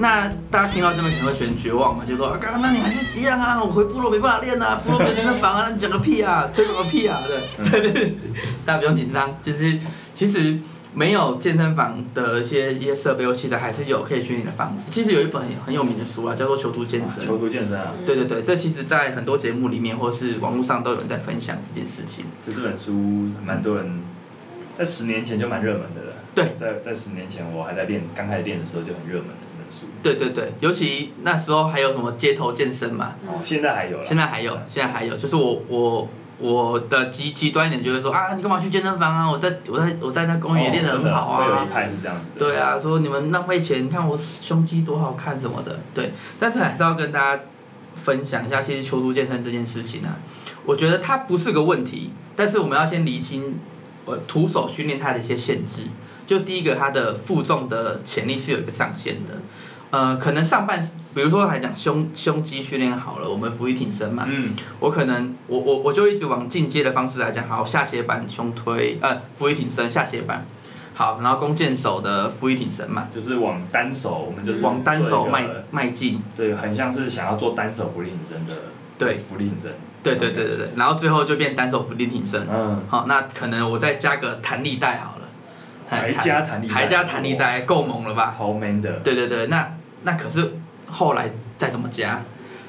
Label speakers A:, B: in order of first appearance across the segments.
A: 那大家听到这边可能会觉得绝望嘛，就说啊，刚刚那你还是一样啊，我回部落没办法练啊，部落没健身房啊，你讲个屁啊， 推广个屁啊，对，大家不用紧张，就是其实没有健身房的一些一些设备，其实还是有可以训练的方式。其实有一本很很有名的书啊，嗯叫做《囚徒健身》，
B: 囚徒健身啊，
A: 对对对，这其实在很多节目里面或是网络上都有人在分享这件事情。
B: 就这本书蛮多人在十年前就蛮热门的了。
A: 对，
B: 在在十年前我还在练，刚开始练的时候就很热门的这本书。
A: 对对对，尤其那时候还有什么街头健身嘛，
B: 哦，现在还有了。
A: 现在还有，现在还有，就是我我我的极极端一点就是说啊，你干嘛去健身房啊？我在我在我在那公园也练得很好
B: 哦真的会
A: 啊
B: 有一。派是这样子的。
A: 对啊，说你们浪费钱，你看我胸肌多好看什么的，对。但是还是要跟大家分享一下，其实求助健身这件事情啊，我觉得它不是个问题，但是我们要先厘清，呃，徒手训练它的一些限制。就第一个，它的负重的潜力是有一个上限的，呃，可能上半，比如说来讲胸胸肌训练好了，我们俯卧挺身嘛，
B: 嗯，
A: 我可能我我我就一直往进阶的方式来讲，好下斜板胸推呃俯卧挺身下斜板，好，然后弓箭手的俯卧挺身嘛，
B: 就是往单手，我们就是
A: 嗯往单手
B: 做一个
A: 迈迈进，
B: 对，很像是想要做单手不力挺身的。
A: 对
B: 福利挺身。
A: 对对对对对，然后最后就变单手俯卧挺身，
B: 嗯，
A: 好，那可能我再加个弹力带好了，
B: 还
A: 弹
B: 加弹力带
A: 还加弹力带，够猛了吧？
B: 超 man 的。
A: 对对对，那那可是后来再怎么加，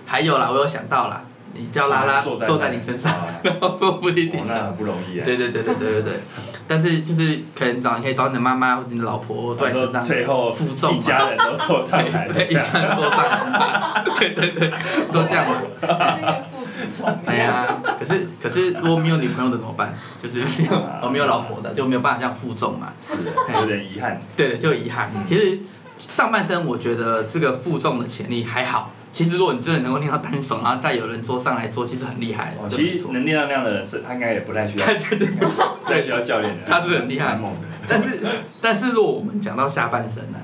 A: 还有啦，我有想到啦，你叫拉拉
B: 坐在
A: 坐在你身上，
B: 哦
A: 然后做俯卧
B: 哦
A: 挺身
B: 那。很不容易啊。
A: 对对对对对对对，但是就是可能找你可以找你的妈妈或者你的老婆坐在
B: 他
A: 身
B: 说
A: 上，
B: 最后
A: 负重
B: 一家人都坐上来
A: 对
B: 了，
A: 对，
B: 这
A: 一
B: 样
A: 家人坐上来， 对对对，都这样嘛。
C: 那个复制虫
A: 哎呀，可是可是如果没有女朋友的怎么办？就是没有
B: 啊
A: 我没有老婆的就没有办法这样负重嘛。
B: 是的有点遗憾。
A: 对的，就遗憾。
B: 嗯
A: 其实上半身我觉得这个负重的潜力还好。其实如果你真的能够练到单手，然后再有人坐上来做，其实很厉害的
B: 哦，。
A: 真的
B: 其
A: 不
B: 实
A: 错
B: 能练到那样的人是，他应该也不 太需要，
A: 他就是不
B: 不太需要教练的。
A: 他是很厉害
B: 蛮猛的。
A: 但是，但是如果我们讲到下半身呢、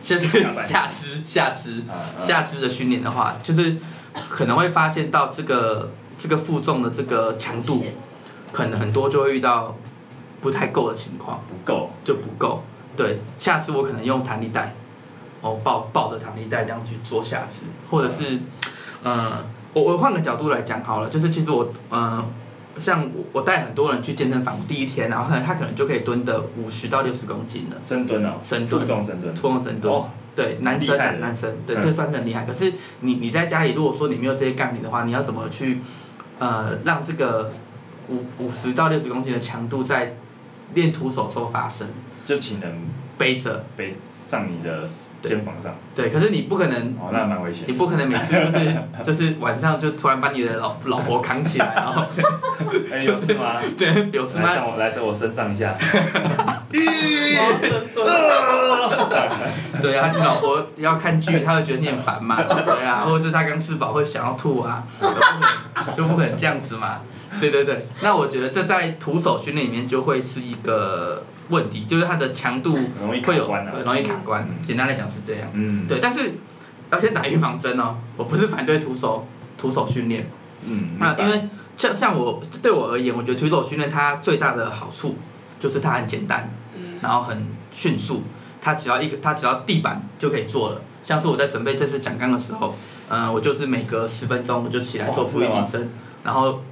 A: 就是
B: 下半身
A: 下肢、下肢、
B: 啊啊
A: 下肢的训练的话，就是可能会发现到这个这个负重的这个强度，可能很多就会遇到不太够的情况，
B: 不够，
A: 就不够。对，下次我可能用弹力带，哦，抱抱着弹力带这样去做下肢，或者是，嗯，我我换个角度来讲好了，就是其实我，嗯，像我我带很多人去健身房第一天，然后他他可能就可以蹲的五十到六十公斤了，
B: 深蹲哦，
A: 深蹲
B: 负重深蹲，
A: 俯卧撑蹲。
B: 哦
A: 对，男生
B: 厉
A: 啊
B: 害，的
A: 男生，对，
B: 嗯
A: 这算是很厉害。可是你你在家里，如果说你没有这些杠铃的话，你要怎么去，呃，让这个五五十到六十公斤的强度在练徒手的时候发生？
B: 就请人
A: 背着，
B: 背上你的肩膀上，
A: 对，可是你不可能，
B: 哦，那蛮危险
A: 你。不可能每次就是 就是晚上就突然把你的老老婆扛起来，然后
B: 哎，
A: 就
B: 有
A: 是
B: 事吗？
A: 对，有事
B: 来
A: 吗？
B: 上我来上我身上一下，
C: 毛神盾，
A: 对啊，你老婆要看剧，她会觉得你很烦嘛，对啊，或者是她刚吃饱会想要吐啊，就不可能就不可能这样子嘛，对对对。那我觉得这在徒手训练里面就会是一个问题，就是它的强度
B: 很容
A: 会
B: 易卡
A: 有
B: 关啊。
A: 容易卡关。
B: 嗯
A: 简单来讲是这样，
B: 嗯，
A: 对。但是要先打预防针哦，我不是反对徒手徒手训练。
B: 嗯，
A: 啊，因
B: 明白
A: 为像像我对我而言，我觉得徒手训练它最大的好处就是它很简单，
C: 嗯
A: 然后很迅速，它只要一个它只要地板就可以做了。像是我在准备这次讲纲的时候，嗯、我就是每隔十分钟我就起来做
B: 哦
A: 俯卧
B: 真的
A: 挺
B: 吗
A: 身，然后，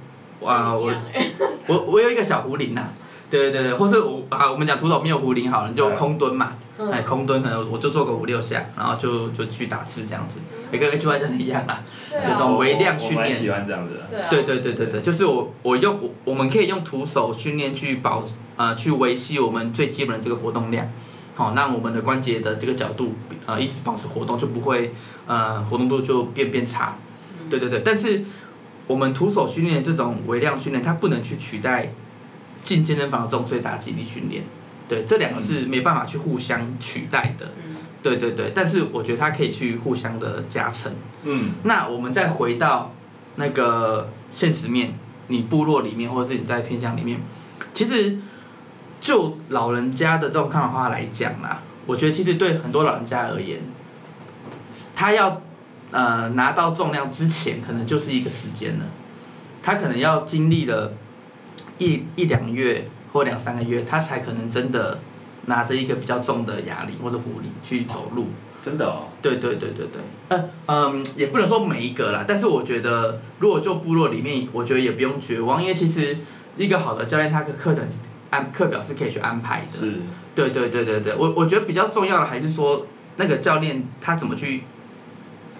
A: 啊、
C: 一
A: 我
C: 样哎
A: 我我有一个小壶铃呐，对对对对，或是我啊，我们讲徒手没有壶铃好了，你就空蹲嘛，
C: 嗯
A: 哎，空蹲可能我就做个五六下，然后就就去打字这样子，也跟 H Y 真的一样啊，
C: 对
A: 这种
C: 啊，
A: 微量训练
B: 我我蛮喜欢这样子的。
C: 对啊，
A: 对对对对对，就是我我用我我们可以用徒手训练去保呃去维系我们最基本的这个活动量，好、让我们的关节的这个角度呃一直保持活动，就不会呃活动度就变变差。
C: 嗯
A: 对对对，但是我们徒手训练这种微量训练，它不能去取代进健身房的这种最大肌力训练。对，这两个是没办法去互相取代的。
C: 嗯，
A: 对对对，但是我觉得它可以去互相的加成。
B: 嗯，
A: 那我们再回到那个现实面，你部落里面，或者是你在偏乡里面，其实就老人家的这种看法来讲啦，我觉得其实对很多老人家而言，他要呃拿到重量之前，可能就是一个时间了，他可能要经历了一一两月或两三个月，他才可能真的拿着一个比较重的哑铃或者壶铃去走路。
B: 真的哦，
A: 对对对对对，呃嗯，也不能说每一个啦，但是我觉得，如果就部落里面，我觉得也不用绝望，因为其实一个好的教练，他的课程安课表是可以去安排的。
B: 是
A: 对对对对对，我我觉得比较重要的还是说那个教练他怎么去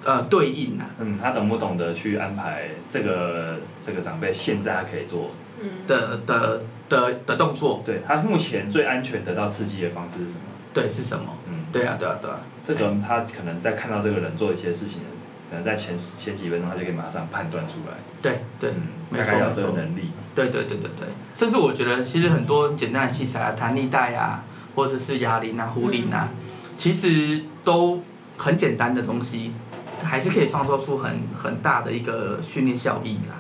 A: 呃对应啊。
B: 嗯，他懂不懂得去安排这个这个长辈现在他可以做？
C: 嗯，
A: 的的的的动作，
B: 对他目前最安全得到刺激的方式是什么？
A: 对是什么？
B: 嗯，
A: 对啊对啊对啊，
B: 这个他可能在看到这个人做一些事情，可能在前前几分钟他就可以马上判断出来。
A: 对对
B: 嗯，
A: 没
B: 大
A: 错
B: 概要
A: 没
B: 这
A: 错
B: 个能力。
A: 对对对对对，甚至我觉得其实很多简单的器材啊，弹力带啊，或者是哑铃啊、壶铃啊，其实都很简单的东西，还是可以创造出很很大的一个训练效益啦。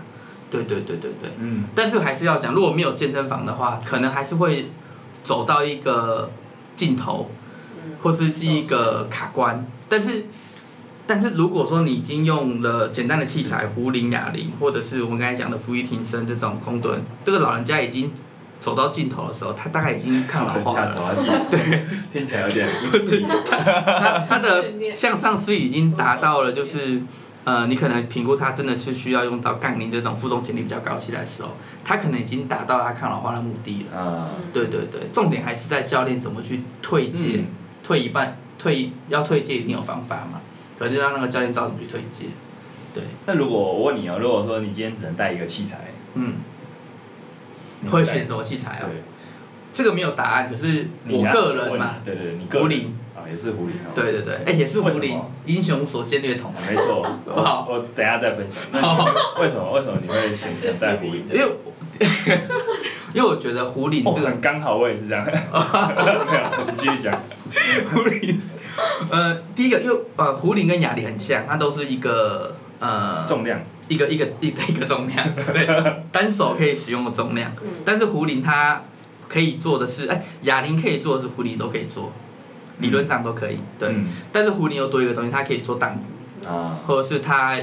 A: 对对对对对。
B: 嗯，
A: 但是还是要讲，如果没有健身房的话，可能还是会走到一个尽头，
C: 嗯，
A: 或是一个卡关。但是，但是如果说你已经用了简单的器材，壶铃、哑铃，或者是我们刚才讲的浮力挺身这种空蹲，这个老人家已经走到尽头的时候，他大概已经抗老
B: 往
A: 化
B: 下
A: 了，
B: 走下去， 对，听起来有点不是
A: 他他的
C: 训练
A: 向上是已经达到了，就是。呃，你可能评估他真的是需要用到杠铃这种负重潜力比较高期待的时候，他可能已经达到他抗老化的目的了。
B: 啊，
C: 嗯
A: 对对对，重点还是在教练怎么去退戒，
B: 嗯
A: 退一半，退要退戒一定有方法嘛，可能就让那个教练知道怎么去退戒。对，
B: 那如果我问你哦，如果说你今天只能带一个器材，
A: 嗯，
B: 你
A: 会
B: 带
A: 选什么器材啊？
B: 对，
A: 这个没有答案，可是
B: 你
A: 我
B: 啊
A: 个人嘛，，
B: 对对对，你个
A: 狐
B: 人
A: 狸
B: 啊，也是狐狸哦，
A: 对对对，哎，也是
B: 为
A: 狐
B: 什
A: 狸
B: 么
A: 英雄所见略同啊，
B: 没 错，
A: 哇
B: 我我等一下再分享。那你为什么为什么你会想想带狐狸？
A: 因为我 因为我觉得狐狸
B: 哦，
A: 这个
B: 很刚好，我也是这样。 没有，你继续讲。
A: 狐狸，呃，第一个因为呃狐狸跟雅丽很像，它都是一个呃
B: 重量，
A: 一个一个一个一 个重 量，对，单手可以使用的重量。
C: 嗯
A: 但是壶铃它可以做的是，哎，哑铃可以做的是壶铃都可以做，理论上都可以。对，
B: 嗯
A: 但是壶铃有多一个东西，它可以做荡，
B: 啊，
A: 或者是它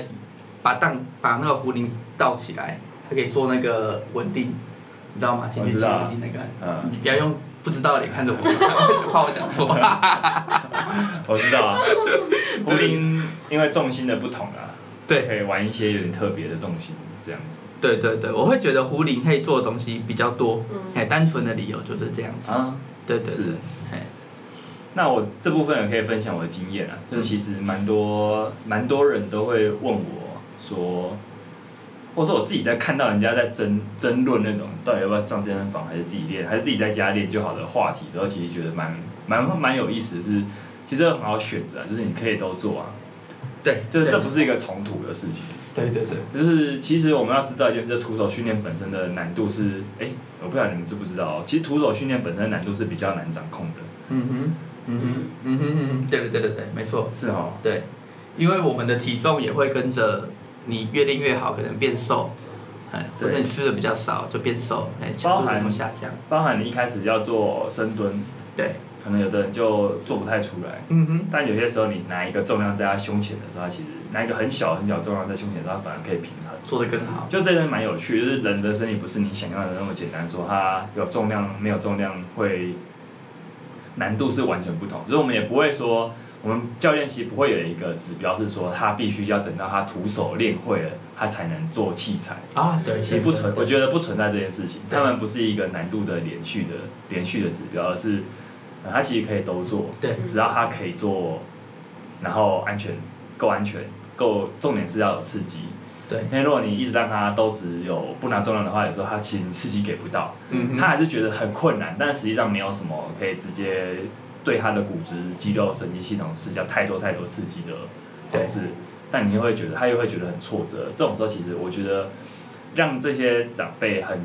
A: 把荡把那个壶铃倒起来，它可以做那个稳定，你知道吗？前面
B: 我知道啊
A: 稳定那个，
B: 嗯，
A: 你不要用不知道的脸看着我， 就怕我讲错。
B: 我知道啊。狐狸因为重心的不同啊，
A: 对
B: 可以玩一些有点特别的重心，这样子
A: 对对对，我会觉得壶铃可以做的东西比较多，
C: 嗯，
A: 哎，单纯的理由就是这样子。
B: 啊。
A: 对对对
B: 是，
A: 哎，
B: 那我这部分也可以分享我的经验啊，就是其实蛮多蛮多人都会问我说，或者说我自己在看到人家在争争论那种到底要不要上健身房，还是自己练，还是自己在家练就好的话题，然后其实觉得蛮蛮蛮有意思的是，其实很好选择啊，就是你可以都做啊，
A: 对，
B: 就是这
A: 对
B: 不是一个冲突的事情。
A: 对对对，
B: 就是其实我们要知道一件事，徒手训练本身的难度是，哎、我不知道你们知不知道哦，其实徒手训练本身的难度是比较难掌控的，
A: 嗯哼，嗯哼，嗯哼嗯哼，对对对对对，没错，
B: 是哦。
A: 对，因为我们的体重也会跟着你越练越好，可能变瘦，哎，或
B: 对
A: 者你吃的比较少就变瘦，哎，强
B: 包
A: 度
B: 含
A: 有没有下降？
B: 包含你一开始要做深蹲，
A: 对，
B: 可能有的人就做不太出来，
A: 嗯哼，
B: 但有些时候你拿一个重量在他胸前的时候，他其实拿一个很小很小的重量在胸前的时候，他反而可以平衡。
A: 做得更好，
B: 就这真的蛮有趣，就是人的身体不是你想象的那么简单，说它有重量没有重量会难度是完全不同，所以我们也不会说。我们教练其实不会有一个指标是说他必须要等到他徒手练会了，他才能做器材。
A: 啊，对，
B: 其实不存，我
A: 得
B: 觉得不存在这件事情。
A: 对
B: 他们不是一个难度的连续的连续的指标，而是、呃、他其实可以都做，
A: 对
B: 只要他可以做，然后安全够安全够，重点是要有刺激。
A: 对，
B: 因为如果你一直让他都只有不拿重量的话，有时候他其实你刺激给不到，
A: 嗯
B: 他
A: 哼，
B: 还是觉得很困难，但实际上没有什么可以直接对他的骨质、肌肉、神经系统施加太多太多刺激的方式，但你又会觉得他又会觉得很挫折。这种时候，其实我觉得让这些长辈很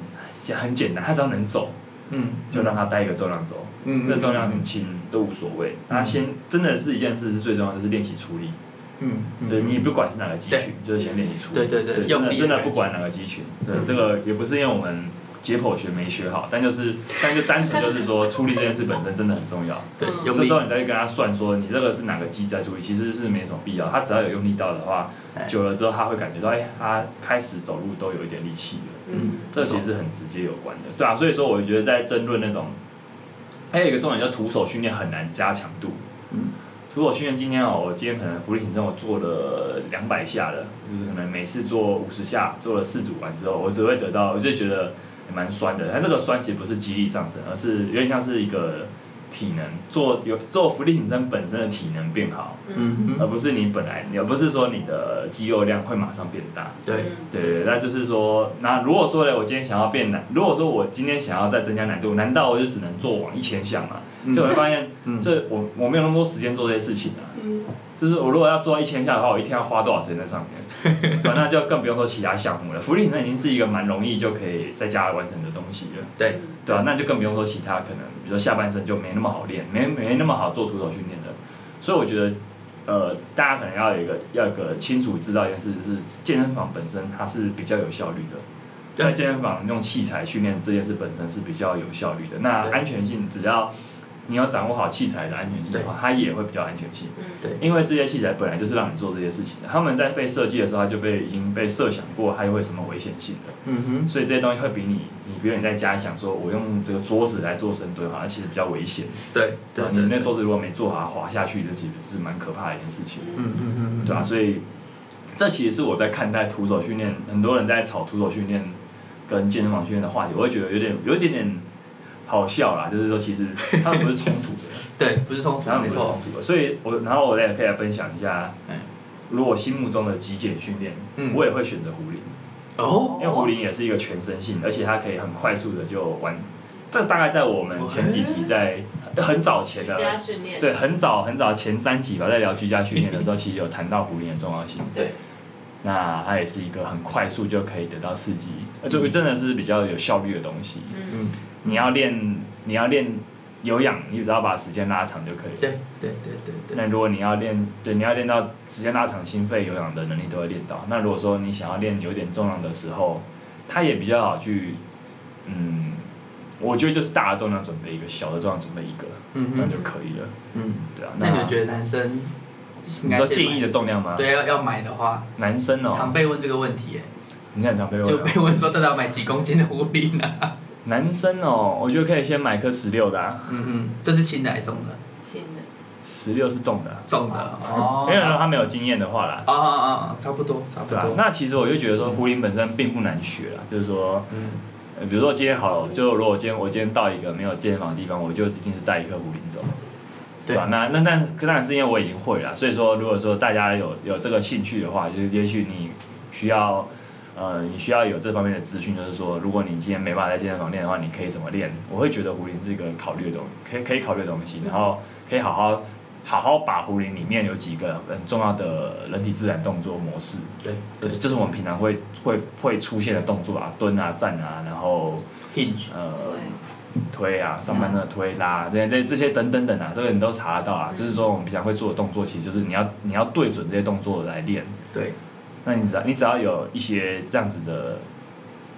B: 很简单，他只要能走，
A: 嗯，
B: 就让他带一个重量走，
A: 嗯，嗯
B: 这重量很，轻都无所谓。那先真的是一件事是最重要的，就是练习出力。
A: 嗯，嗯
B: 所以你不管是哪个肌群，就是先练习出力。
A: 对对对
B: 真
A: 用
B: 的
A: 力的
B: 真的
A: 感觉
B: 不管哪个肌群，对
A: 嗯
B: 这个也不是因为我们解剖学没学好，但就是但就单纯就是说出力这件事本身真的很重 要。
A: 对，
C: 嗯
A: 用
B: 这
A: 力
B: 时，候你再去跟他算说你这个是哪个肌在出力，其实是没什么必要。他只要有用力到的话
A: 哎，
B: 久了之后他会感觉到，哎，他开始走路都有一点力气了。
C: 嗯，
B: 这其实是很直接有关的，对啊。所以说我觉得在争论那种，还有一个重点叫徒手训练很难加强度。
A: 嗯
B: 如果训练今天哦，我今天可能俯卧撑我做了两百下了，就是可能每次做五十下，做了四组完之后，我只会得到，我就觉得蛮酸的。但这个酸其实不是肌力上升，而是有点像是一个体能做有做俯卧撑本身的体能变好，
A: 嗯
B: 而
A: 嗯，
B: 不是你本来，而不是说你的肌肉量会马上变大。
A: 对，
C: 嗯
B: 对对，对那就是说，那如果说呢，我今天想要变难，如果说我今天想要再增加难度，难道我就只能做往一千项嘛？
A: 嗯
B: 就我会发现，
A: 嗯
B: 这我我没有那么多时间做这些事情啊。
C: 嗯，
B: 就是我如果要做到一千下的话，我一天要花多少时间在上 面？对啊吧，那就更不用说其他项目了。福利那已经是一个蛮容易就可以在家完成的东西了，
A: 对，
C: 嗯
B: 对吧、啊那就更不用说其他可能，比如说下半身就没那么好练，没没那么好做徒手训练的。所以我觉得，呃，大家可能要有一个要有一个清楚知道一件事，就是健身房本身它是比较有效率的。
A: 对
B: 在健身房用器材训练这件事本身是比较有效率的。那
A: 对
B: 安全性，只要你要掌握好器材的安全性的话，它也会比较安全性。
C: 嗯，
A: 对，
B: 因为这些器材本来就是让你做这些事情的，他们在被设计的时候，它就被已经被设想过，它会有什么危险性的，
A: 嗯哼，
B: 所以这些东西会比你，你比如你在家想说，我用这个桌子来做深蹲，好像其实比较危险，
A: 对对
B: 吧
A: 对
B: 你
A: 对
B: 那，桌子如果没做好滑下去，这其实是蛮可怕的一件事情，
A: 嗯嗯嗯，
B: 对啊吧、所以这其实是我在看待徒手训练，很多人在吵徒手训练跟健身房训练的话题，我会觉得有点有一点点好笑啦， 就是说其实他们不是冲突的。
A: 对，不是冲突
B: 然，后
A: 没
B: 没
A: 错
B: 错，，所以我然后我也可以来分享一下
A: 嗯，
B: 如果心目中的极简训练，
A: 嗯
B: 我也会选择壶铃，
A: 哦，
B: 因为壶铃也是一个全身性，而且它可以很快速的就完。这大概在我们前几集在很早前
C: 居
B: 的，
C: 家训练，
B: 对，很早很早前三集吧，在聊居家训练的时候，其实有谈到壶铃的重要性。
A: 对，
B: 那它也是一个很快速就可以得到刺激，呃就真的是比较有效率的东西。
C: 嗯，
A: 嗯，
B: 你要练，你要练有氧，你只要把时间拉长就可以了。
A: 对对对对对，
B: 那如果你要练，对，你要练到时间拉长，心肺有氧的能力都会练到。那如果说你想要练有点重量的时候，它也比较好去，嗯，我觉得就是大的重量准备一个，小的重量准备一个，
A: 嗯
B: 这样
A: 哼，
B: 就可以了。
A: 嗯，
B: 对啊，
A: 那你
B: 得
A: 觉得男生应
B: 你
A: 该
B: 说
A: 是
B: 建议的重量吗？，
A: 对要要买的话，
B: 男生哦，
A: 常被问这个问题耶，
B: 你很常被
A: 就
B: 问啊。
A: 被问说到底要买几公斤的壶铃啊？
B: 男生哦，我觉得可以先买颗十六的、啊，
A: 嗯嗯，这是轻的还是重的？
C: 亲的，
B: 十六是重的啊、
A: 重的哦，
B: 没有人说他没有经验的话啦，
A: 啊啊啊，差不多差不
B: 对啊
A: 多，。
B: 那其实我就觉得说，壶铃本身并不难学啦，就是说。
A: 嗯，
B: 呃，比如说今天好了，就如果今天我今天到一个没有健身房的地方，我就一定是带一颗壶铃走，
A: 对
B: 吧？那那但当然是因为我已经会了，所以说如果说大家有有这个兴趣的话，就是也许你需要呃你需要有这方面的资讯，就是说如果你今天没办法在健身房练的话，你可以怎么练？我会觉得壶铃是一个考虑的东可以可以考虑的东西，然后可以好好好好把壶铃里面有几个很重要的人体自然动作模式，
A: 对，
B: 就是就是我们平常会会会出现的动作啊，蹲啊、站啊，然后
A: hinge，
B: 呃
C: 对，
B: 推啊，上半身的推拉、啊这些这这些等等等啊，这个你都查得到啊。
C: 嗯
B: 就是说我们平常会做的动作，其实就是你要你要对准这些动作来练。
A: 对，
B: 那你只要你只要有一些这样子的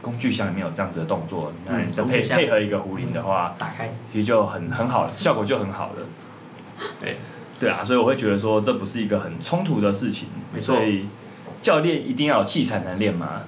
B: 工具箱里面有这样子的动作，那
A: 嗯
B: 你再
A: 工具
B: 配
A: 箱
B: 配合一个壶铃的话，
A: 打开，
B: 其实就很 很好了，效果就很好了。
A: 对，
B: 对啊，所以我会觉得说这不是一个很冲突的事情，
A: 没错
B: 所以教练一定要有器材能练吗？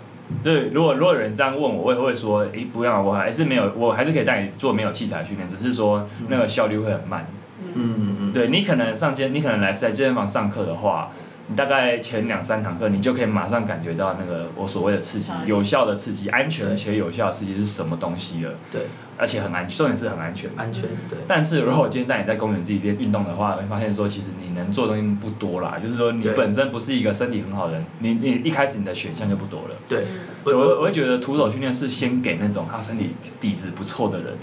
B: 对，如果如果有人这样问我，我也会说，诶，不要，我还是没有，我还是可以带你做没有器材的训练，只是说那个效率会很慢。
C: 嗯，
A: 嗯嗯嗯，
B: 对你可能上健，你可能来在健身房上课的话，你大概前两三堂课，你就可以马上感觉到那个我所谓的刺激
C: 效，益
B: 有效的刺激，安全
A: 对
B: 且有效的刺激是什么东西了，
A: 对，
B: 而且很安，重点是很安全的。
A: 安全，对，
B: 但是如果今天带你在公园自己练运动的话，会发现说其实你能做的东西不多啦，就是说你
A: 对
B: 本身不是一个身体很好的人，你你一开始你的选项就不多了。
A: 对，
B: 我我我会觉得徒手训练是先给那种他身体底子不错的人，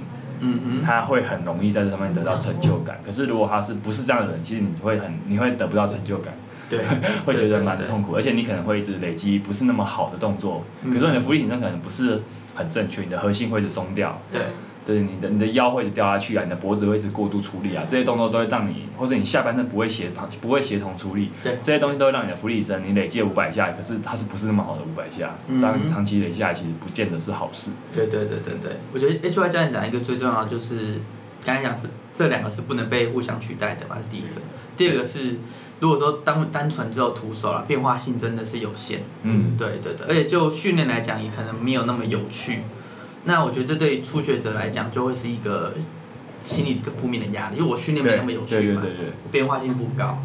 A: 嗯嗯，
B: 他会很容易在这上面得到成就感。可是如果他是不是这样的人，其实你会很你会得不到成就感，
A: 对，
B: 会觉得蛮
A: 对对
B: 痛苦，而且你可能会一直累积不是那么好的动作，
A: 嗯
B: 比如说你的浮力挺身可能不是很正确，你的核心会一直松掉，
A: 对
B: 对你的你的腰会一直掉下去啊，你的脖子会一直过度出力啊，这些动作都会让你，或者你下半身不会协同不会协同出力，
A: 对
B: 这些东西都会让你的浮力提升，你累计五百下，可是它是不是那么好的五百下？
A: 嗯
B: 这样长期累积下来，其实不见得是好事。
A: 对对对对对，我觉得 H Y 教练讲一个最重要的就是，刚才讲是这两个是不能被互相取代的吧，是第一个。第二个是，如果说单单纯只有徒手啦，变化性真的是有限。
B: 嗯，
A: 对对对，而且就训练来讲，也可能没有那么有趣。那我觉得这对于初学者来讲，就会是一个心理一个负面的压力，因为我训
B: 对
A: 练没那么有趣
B: 对
A: 嘛，
B: 对对
A: 我变化性不高，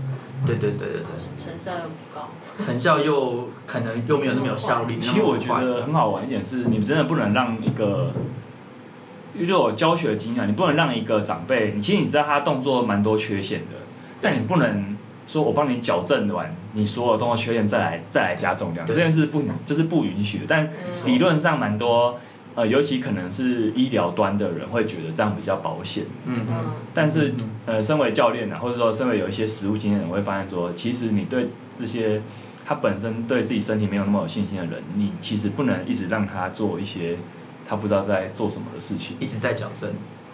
A: 对对对对对，
C: 成效又不高，
A: 成效又可能又没有那么有效率，
B: 对。
A: 没
B: 其
A: 那
B: 实
A: 么
B: 我觉
A: 快。
B: 得很好玩一点是，你真的不能让一个，因为就我教学的经验啊，你不能让一个长辈，你其实你知道他动作蛮多缺陷的，但你不能说我帮你矫正完你所有动作缺陷再来再来加重这样，这
A: 对
B: 件事不就是不允许的。但理论上蛮多，呃，尤其可能是医疗端的人会觉得这样比较保险，
A: 嗯嗯，
C: 嗯，
B: 但是
A: 嗯
B: 呃，身为教练啊，或者说身为有一些实务经验的人，我会发现说，其实你对这些他本身对自己身体没有那么有信心的人，你其实不能一直让他做一些他不知道在做什么的事情。
A: 一直在矫正，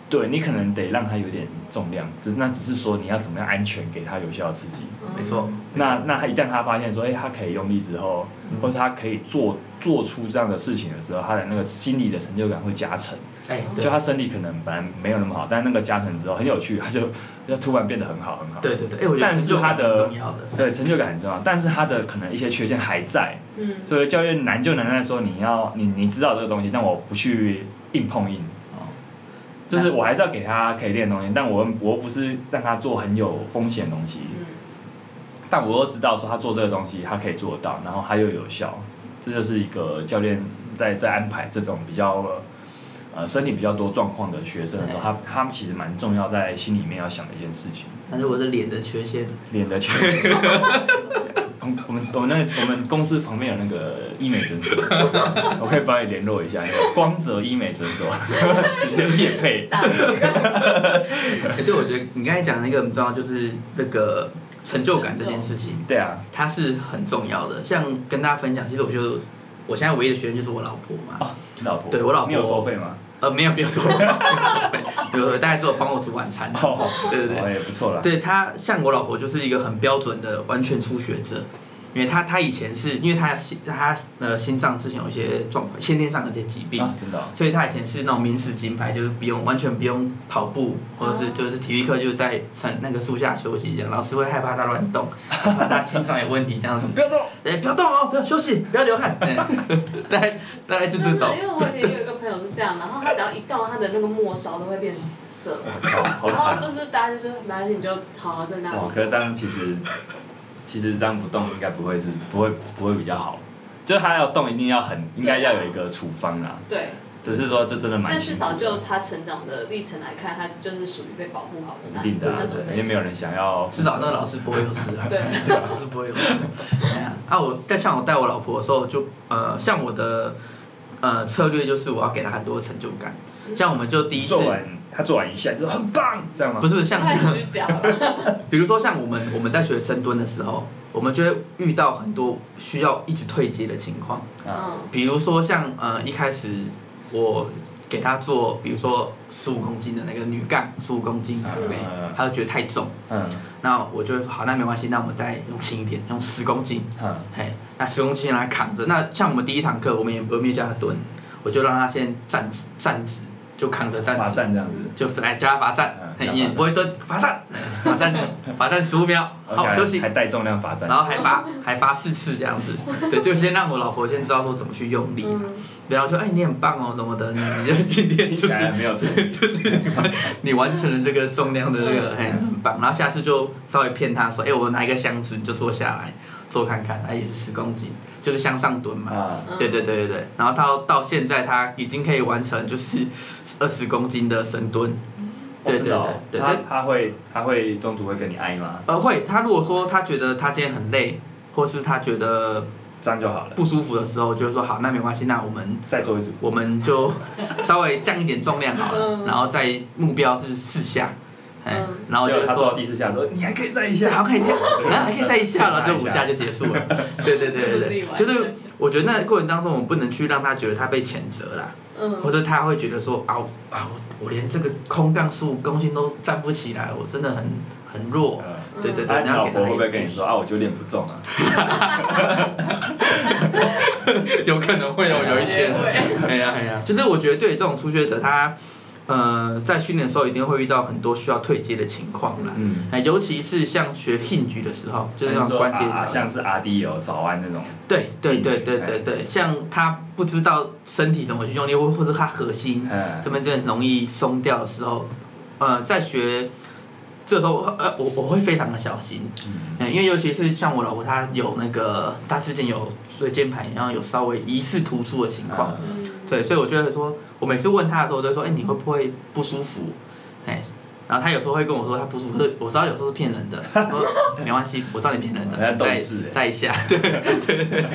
B: 对你可能得让他有点重量，只是那只是说你要怎么样安全给他有效的刺激。
A: 嗯没错。
B: 那那他一旦他发现说，哎、他可以用力之后，
A: 嗯
B: 或是他可以做做出这样的事情的时候，他的那个心理的成就感会加成。
A: 哎，
B: 就
A: 对
B: 他身体可能本来没有那么好，但那个加成之后很有趣，他就就突然变得很好很好。
A: 对对对，哎，我觉得
B: 但是
A: 成就感
B: 他的
A: 很重要的，
B: 对，成就感很重要，但是他的可能一些缺陷还在，
C: 嗯，
B: 所以教练难就难在说你要你你知道这个东西，但我不去硬碰硬，
A: 哦
B: 就是我还是要给他可以练的东西，但我我不是让他做很有风险的东西，
C: 嗯，
B: 但我又知道说他做这个东西他可以做得到，然后他又有效，这就是一个教练在在安排这种比较呃身体比较多状况的学生的时候，他他们其实蛮重要在心里面要想的一件事情，
A: 但是我的脸的缺陷，
B: 脸的前。我们我们我们那我们公司旁边有那个医美诊所，我可以帮你联络一下，那个光泽医美诊所， 直接业配。
C: 大学
A: 哎，对，我觉得你刚才讲的那个很重要，就是这个成就感这件事情，
B: 对啊，
A: 它是很重要的。像跟大家分享，其实我就我现在唯一的学员就是我老婆嘛，
B: 哦，你老婆，
A: 对我老婆
B: 你有收费吗？
A: 呃，没有没有收费，没有收费，有大概只有帮我煮晚餐，
B: 哦，
A: 对对对
B: 哦，也不错啦。
A: 对她，像我老婆就是一个很标准的完全初学者，因为她她以前是因为她心她呃心脏之前有一些状况，先天上有一些疾病，
B: 啊，真的哦、
A: 所以她以前是那种名次金牌，就是不用完全不用跑步，或者是就是体育课就在山那个树下休息这样，老师会害怕她乱动， 怕她心脏有问题这样子，
B: 不要动。
A: 哎、不要动哦，不要休息，不要流汗，哎 大概大概就这
C: 真
A: 种
C: 的，因，为我以前有一个朋友是这样，然后他只要一动，他的那个末梢都会变紫色，
B: 好好
C: 然后
B: 惨。
C: 哦就是大家就是没关系，你就好好在那
B: 哇，
C: 里，
B: 可是这样其实，其实这样不动应该不会是不会不会比较好，就是他要动一定要很应该要有一个处方啦，
C: 对，
B: 只是说这真的蛮
C: 啊但
B: 辛
C: 至
B: 苦的。
C: 少就他成长的历程来看，他就是属于被保护好的那
B: 一定的、啊
C: 那种，
B: 因为没有人想要。
A: 至少那个老师不会有事啊。
C: 对，
A: 对，老师不会有事。哎呀，啊，我但像我带我老婆的时候，就呃，像我的呃策略就是我要给她很多成就感。像我们就第一次
B: 做，完他做完一下就说很棒，这样吗？
A: 不是像
C: 太虚假了，
A: 比如说像我们我们在学深蹲的时候，我们就会遇到很多需要一直退阶的情况。
B: 啊，
C: 嗯，
A: 比如说像呃一开始我给她做，比如说十五公斤的那个女杠，十五公斤
B: 啊
A: 对不对
B: 嗯？
A: 她就觉得太重，
B: 嗯
A: 那我就会说好，那没关系，那我们再用轻一点，用十公斤。
B: 嗯，
A: 嘿，那十公斤来扛着。那像我们第一堂课，我们也我没有叫他蹲，我就让他先站直站直，就扛着站
B: 罚
A: 直，
B: 站这样子。
A: 就来叫他罚站
B: 嗯，
A: 嘿
B: 叫他
A: 也
B: 罚
A: 不会蹲，罚站，罚 站，罚站十五秒，好
B: OK，
A: 休息
B: 还，带重量罚站
A: 然。后还罚还罚四次这样 子，对，就先让我老婆先知道说怎么去用力，
C: 嗯，
A: 然后说哎你很棒哦什么的，你你就今天
B: 听
A: 就
B: 起来
A: 是
B: 很没有诚意。
A: 你完成了这个重量的这
B: 嗯
A: 个，嘿，很棒。然后下次就稍微骗他说，哎、我拿一个箱子，你就坐下来坐看看，哎、也是十公斤，就是向上蹲嘛。
B: 啊，
C: 嗯
A: 对对对对对，然后到到现在他已经可以完成就是二十公斤的深蹲，
B: 哦
A: 对对对对
B: 他
A: 对，
B: 他会他会中途会跟你挨吗？
A: 呃会，他如果说他觉得他今天很累，或是他觉得
B: 这样就好了，
A: 不舒服的时候，就会说好，那没关系，那我们
B: 再做一组。
A: 我们就稍微降一点重量好了，
C: 嗯
A: 然后再目标是四下，哎
C: 嗯，
A: 然后就
B: 结果
A: 是
B: 他做到
A: 说。
B: 第四下说你还可以再一
A: 对，
B: 下，
A: 还可以再，
B: 对
A: 然后还可以再一下了，
B: 再
A: 就
B: 一下
A: 五下就结束了。对对对对
C: 顺利
A: 对，
C: 完
A: 就
C: 成
A: 是我觉得那个过程当中，我们不能去让他觉得他被谴责啦。或
C: 嗯，
A: 者他会觉得说啊我啊我我连这个空杠十五公斤都站不起来，我真的很很弱。
B: 嗯
A: 对对
B: 啊
A: 对，
B: 你
A: 你要
B: 老
A: 给
B: 婆
A: 他
B: 会不会
A: 一
B: 跟
A: 点
B: 你说啊，我就练不重啊？
A: 有可能会有有一天。
C: 对，啊
A: 哎呀哎呀，就是我觉得对于这种初学者，他呃在训练的时候一定会遇到很多需要退阶的情况啦。
B: 嗯，
A: 哎，尤其是像学 hinge 的时候，就是那
B: 说
A: 种关节
B: 啊啊
A: 角
B: 像是阿迪有早安那种，
A: 对对对
B: hinge，
A: 对对对，像他不知道身体怎么去用力，或或者他核心
B: 嗯，
A: 这边真的容易松掉的时候，呃在学这时候呃我我会非常的小心，
B: 嗯
A: 嗯，因为尤其是像我老婆她有那个她之前有椎间盘，然后有稍微疑似突出的情况，
B: 嗯
C: 嗯，
A: 对，所以我觉得说，我每次问他的时候，我都说，哎、你会不会不舒服？哎，然后他有时候会跟我说他不舒服，可是我知道有时候是骗人的，我说没关系，我知道你骗人的，
B: 人家斗
A: 再
B: 志欸
A: 再一下，对对对，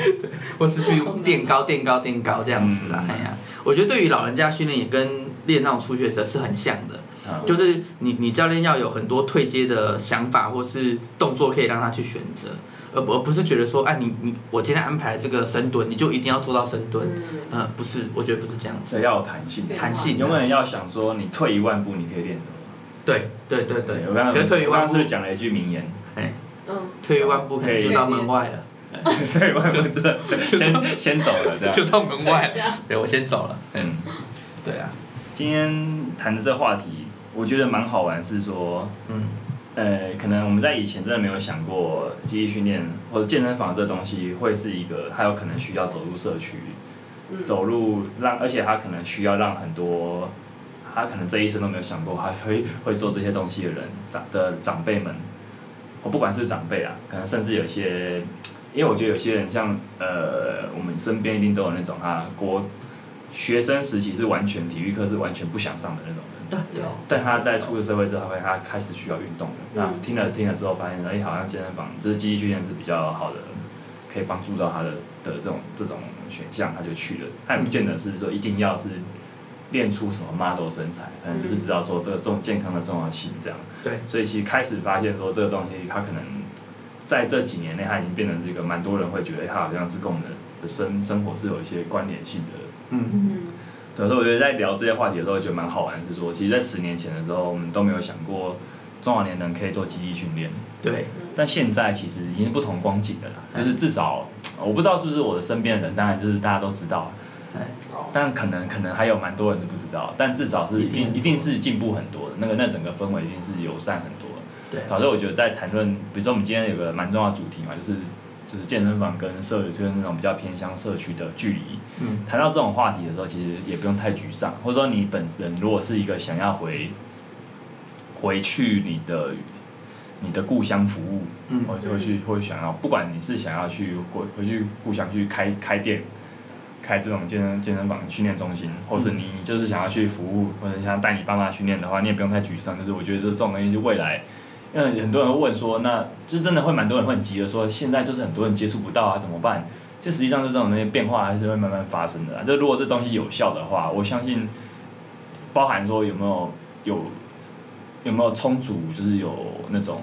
A: 或是去垫高垫高垫高这样子啦，
B: 嗯
A: 哎呀，我觉得对于老人家训练也跟练那种初学者是很像的，
B: 啊
A: 就是你你教练要有很多退阶的想法或是动作可以让他去选择，而不而不是觉得说，哎、你你我今天安排了这个深蹲，你就一定要做到深蹲。
C: 嗯，
A: 呃，不是，我觉得不是这样子。
B: 这要有弹性，
C: 对
A: 弹性
B: 你永远要想说，你退一万步，你可以练什么？
A: 对对对对，
B: 我刚刚
A: 可是退一
B: 我刚
A: 万
B: 刚
A: 步
B: 是不，是讲了一句名言？
A: 哎，
C: 嗯，
A: 退一万步可能就到门外了，
B: 对，我就知道， 先先走了，这样。
A: 就到门外
C: 这
A: 了。
C: 样
A: 对，我先走了。
B: 嗯，
A: 对啊，
B: 今天谈的这话题，我觉得蛮好玩，是说，
A: 嗯
B: 呃，可能我们在以前真的没有想过，记忆训练或者健身房这东西会是一个，它有可能需要走入社区，
C: 嗯
B: 走入让，而且它可能需要让很多。他可能这一生都没有想过，还会会做这些东西的人长的长辈们，我不管是不是长辈啊，可能甚至有些，因为我觉得有些人像呃，我们身边一定都有那种他国学生时期是完全体育课是完全不想上的那种人，
A: 对对
C: 有
B: 但他在出了社会之后，他会他开始需要运动了。那
C: 嗯
B: 听了听了之后，发现哎、好像健身房就是记忆训练是比较好的，可以帮助到他的的这种这种选项，他就去了。他也不见得是说一定要是练出什么 model 身材，可能就是知道说这个重健康的重要性这样。
A: 对，
B: 所以其实开始发现说这个东西，它可能在这几年内，它已经变成是一个蛮多人会觉得它好像是跟我们的的生生活是有一些关联性的
A: 嗯
C: 嗯，
B: 对，所以我觉得在聊这些话题的时候，觉得蛮好玩，是说，其实，在十年前的时候，我们都没有想过中老年人可以做记忆训练，
A: 对，
B: 但现在其实已经是不同光景了啦。就是至少，我不知道是不是我的身边的人，当然就是大家都知道，
A: 哎，
C: 哦，
B: 但可能可能还有蛮多人是不知道，但至少是一定一定是进步很多的，那个那整个氛围一定是友善很多的。
A: 对，
B: 导致我觉得在谈论，比如说我们今天有个蛮重要的主题嘛，就是就是健身房跟社就是那种比较偏向社区的距离。
A: 嗯
B: 谈到这种话题的时候，其实也不用太沮丧，或者说你本人如果是一个想要回回去你的你的故乡服务，
A: 嗯
B: 或者会去会想要，不管你是想要去回回去故乡去开开店。开这种健身健身房训练中心，或是你就是想要去服务，或者想带你爸妈训练的话，你也不用太沮丧。就是我觉得这种东西，就未来，因为很多人会问说，那就是真的会蛮多人会很急的说，现在就是很多人接触不到啊，怎么办？就实际上是这种那些变化还是会慢慢发生的啊啦。就如果这东西有效的话，我相信，包含说有没有有有没有充足，就是有那种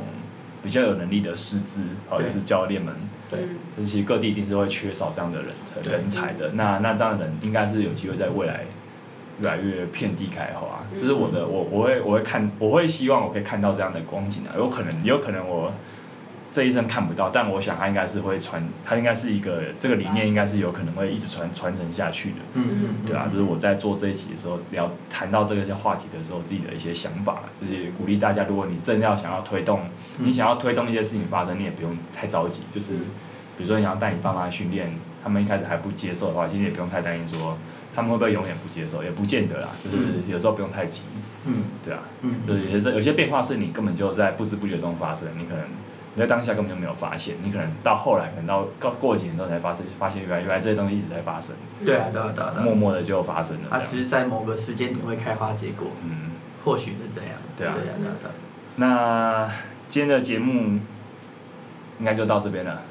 B: 比较有能力的师资，好，就
A: 对
B: 是教练们，
A: 对
C: 嗯，
B: 就是其实各地一定是会缺少这样的人才
A: 对
B: 人才的。那那这样的人应该是有机会在未来越来越遍地开花。
C: 嗯
B: 这是我的，我我会我会看，我会希望我可以看到这样的光景啊。有可能，有可能我这一生看不到，但我想它应该是会传，它应该是一个这个理念，应该是有可能会一直传传承下去的。
A: 嗯嗯，
B: 对啊，这是我在做这一期的时候聊谈到这个话题的时候，自己的一些想法，就是鼓励大家，如果你正要想要推动，
A: 嗯
B: 你想要推动一些事情发生，你也不用太着急。就是
C: 嗯
B: 比如说你要带你爸妈训练，他们一开始还不接受的话，其实也不用太担心说他们会不会永远不接受，也不见得啦。就是
A: 嗯
B: 有时候不用太急，
A: 嗯
B: 对啊，
A: 嗯
B: 就是有些有些变化是你根本就在不知不觉中发生，你可能你在当下根本就没有发现，你可能到后来，可能到过过几年之后才发生，发现原来原来这些东西一直在发生。
A: 对啊对啊对啊对
B: 默
A: 啊，
B: 默的就发生了。
A: 它
B: 啊这
A: 只
B: 样
A: 是在某个时间点会开花结果，
B: 嗯，
A: 或许是这样。
B: 对啊
A: 对啊对啊对啊，
B: 那今天的节目应该就到这 边了。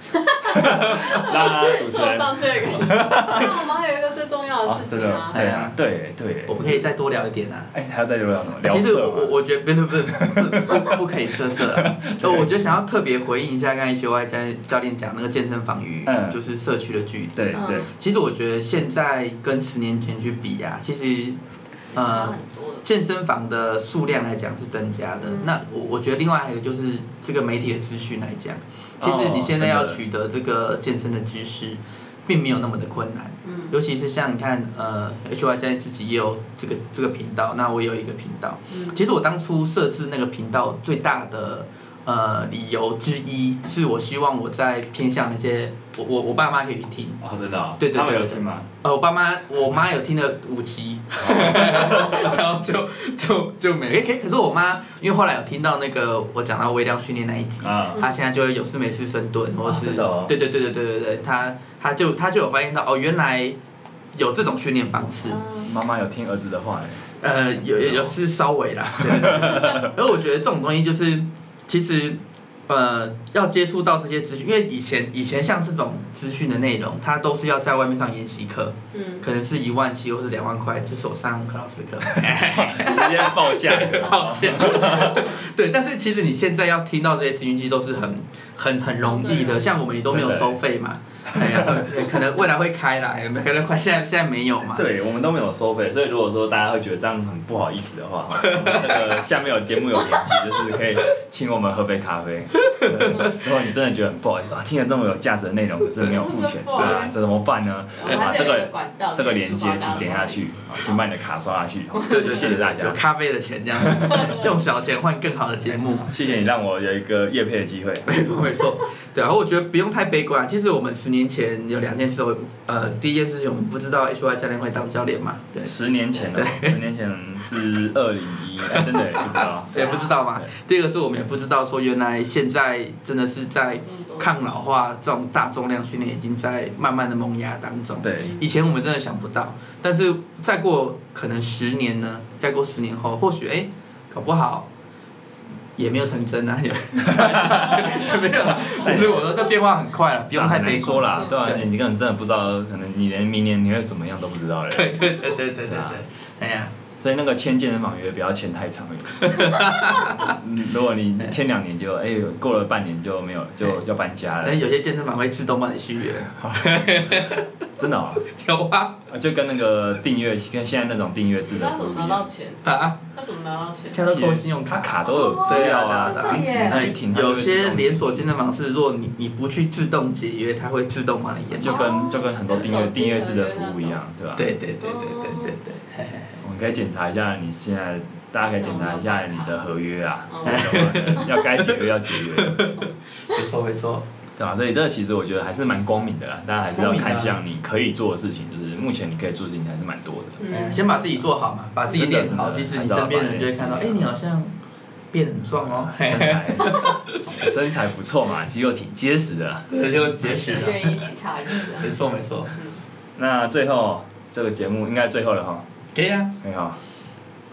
B: 那主持
C: 坐
B: 人，
C: 上这个，那我们还有一个最重要的
B: 啊，
C: 事
B: 真
C: 情
B: 的
C: 啊，，
B: 对啊，对对。
A: 我们可以再多聊一点啊。
B: 哎，还要再聊什么？聊
A: 其实我
B: 色
A: 我
B: 吗？
A: 我觉得不是不是不是不 不不可以色色啊，就我就想要特别回应一下刚才学外教教练讲那个健身房与
B: 嗯
A: 就是社区的距离。
B: 对对
C: 嗯，
A: 其实我觉得现在跟十年前去比啊，其实
C: 差
A: 呃
C: 很多了，
A: 健身房的数量来讲是增加的
C: 嗯。
A: 那我我觉得另外还有就是这个媒体的资讯来讲，其实
B: 哦
A: 你现在要
B: 真的
A: 取得这个健身的知识，并没有那么的困难。
C: 嗯
A: 尤其是像你看，呃，HY 教练自己也有这个这个频道，那我也有一个频道。
C: 嗯
A: 其实我当初设置那个频道最大的呃理由之一，是我希望我在偏向那些我我我爸妈可以听。
B: 哦，真的哦，
A: 对对对
B: 他们有听吗？
A: 呃，我爸妈我妈有听了五期， 然后就就就没诶可可是我妈因为后来有听到那个我讲到微量训练那一集，
B: 啊，
A: 他现在就会有事没事深蹲，或者
B: 哦
A: 是、
B: 真的哦
A: 对对对对对对对，他他就他就有发现到哦，原来有这种训练方式，
C: 嗯
B: 妈妈有听儿子的 话哎，
A: 呃，有
C: 哦
A: 有有是稍微 啦，对对对。而我觉得这种东西就是其实呃要接触到这些资讯，因为以前以前像这种资讯的内容，它都是要在外面上研习课，
C: 嗯，
A: 可能是一万七或是两万块，就是我上五个老师 课，，
B: 直接报价
A: 抱歉。 对，但是其实你现在要听到这些咨询机都是很很很容易
C: 对
A: 的，
C: 啊
A: 像我们也都没有收费嘛。哎呀，对可能未来会开啦，有没有？可能快现在现在没有嘛。
B: 对我们都没有收费，所以如果说大家会觉得这样很不好意思的话，那个下面有节目有连接，就是可以请我们喝杯咖啡。对如果你真的觉得很不好意思啊，听了这么有价值的内容，可是没有付钱，
C: 不
B: 对
C: 好意思
B: 啊，这怎么办呢？
C: 我
B: 对
C: 们
B: 把
C: 还
B: 这
C: 是有一
B: 个
C: 个管道，
B: 这个
C: 可以
B: 连
C: 抒
B: 接
C: 发大
B: 请
C: 家
B: 点
C: 啊
B: 下
C: 的话
B: 去，好请把你的卡刷下去，好谢谢大家
A: 有。咖啡的钱这 样，用小钱换更好的节 目。
B: 谢谢你让我有一个夜配的机会。
A: 没错没错，对啊，我觉得不用太悲观啊。其实我们十年前有两件事，我呃，第一件事情我们不知道 HY 教练会当教练嘛，对，
B: 十年前了，十年前是二零一，哎真的也不知道。
A: 也不知道嘛
B: 对。
A: 第二个是我们也不知道说原来现在真的是在
C: 这么多
A: 抗老化这种大重量训练已经在慢慢的萌芽当中。
B: 对，
A: 以前我们真的想不到，但是再过可能十年呢，再过十年后，或许哎、搞不好也没有成真啊，也没有啦。但是我说这变化很快了，不用太悲
B: 没
A: 观
B: 说。啦，对啊，
A: 对
B: 你根本真的不知道，可能你连明年你会怎么样都不 知道嘞。
A: 对对对对对对对
B: 对啊，
A: 哎呀，
B: 所以那个签健身房约不要签太长了。 嗯如果你签两年就哎、过了半年就没有就要搬家了
A: 但，有些健身房会自动帮你续约，
B: 真的、哦、
A: 有啊
B: 啊，就跟那个订阅跟现在那种订阅制的
C: 他
B: 服
C: 怎
B: 务
C: 么
B: 一
C: 拿到
B: 样，
C: 钱？
A: 啊，
C: 他怎么拿到钱？
A: 现在都扣信用卡
B: 它。卡都有资料啊，
A: 对
C: 啊对啊
B: 你去挺它就会
A: 有
B: 自动
A: 些连锁健身房是，如果你你不去自动解约，它会自动帮你延
B: 就
A: 长。
B: 跟就跟很多订阅
C: 跟手机
B: 订阅制的服务一样，对吧？，
A: 对对对对对对对，嘿嘿嘿
B: 我们可以检查一下你现在，大家可以检查一下你的合约啊，
C: 哦
B: 要该解约要解约。
A: 没错没错。
B: 对啊，所以这个其实我觉得还是蛮光明的啦，大家还是要看向你可以做的事情，就是目前你可以做的事情还是蛮多的。
A: 哎
C: 嗯，
A: 先把自己做好嘛，把自己练好，
B: 真
A: 其
B: 的
A: 实
B: 真的
A: 你身边的人就会看到，
B: 还
A: 哎、
B: 是要把
A: 你好像变得很壮哦，
B: 身材身材不错嘛，肌肉挺结实的。
A: 对，就结
C: 自
A: 实 了。
C: 愿意其他人嗯
A: 没
C: 的，
A: 错没错，
B: 那最后这个节目应该最后了哈，
A: 可以啊，
B: 没有，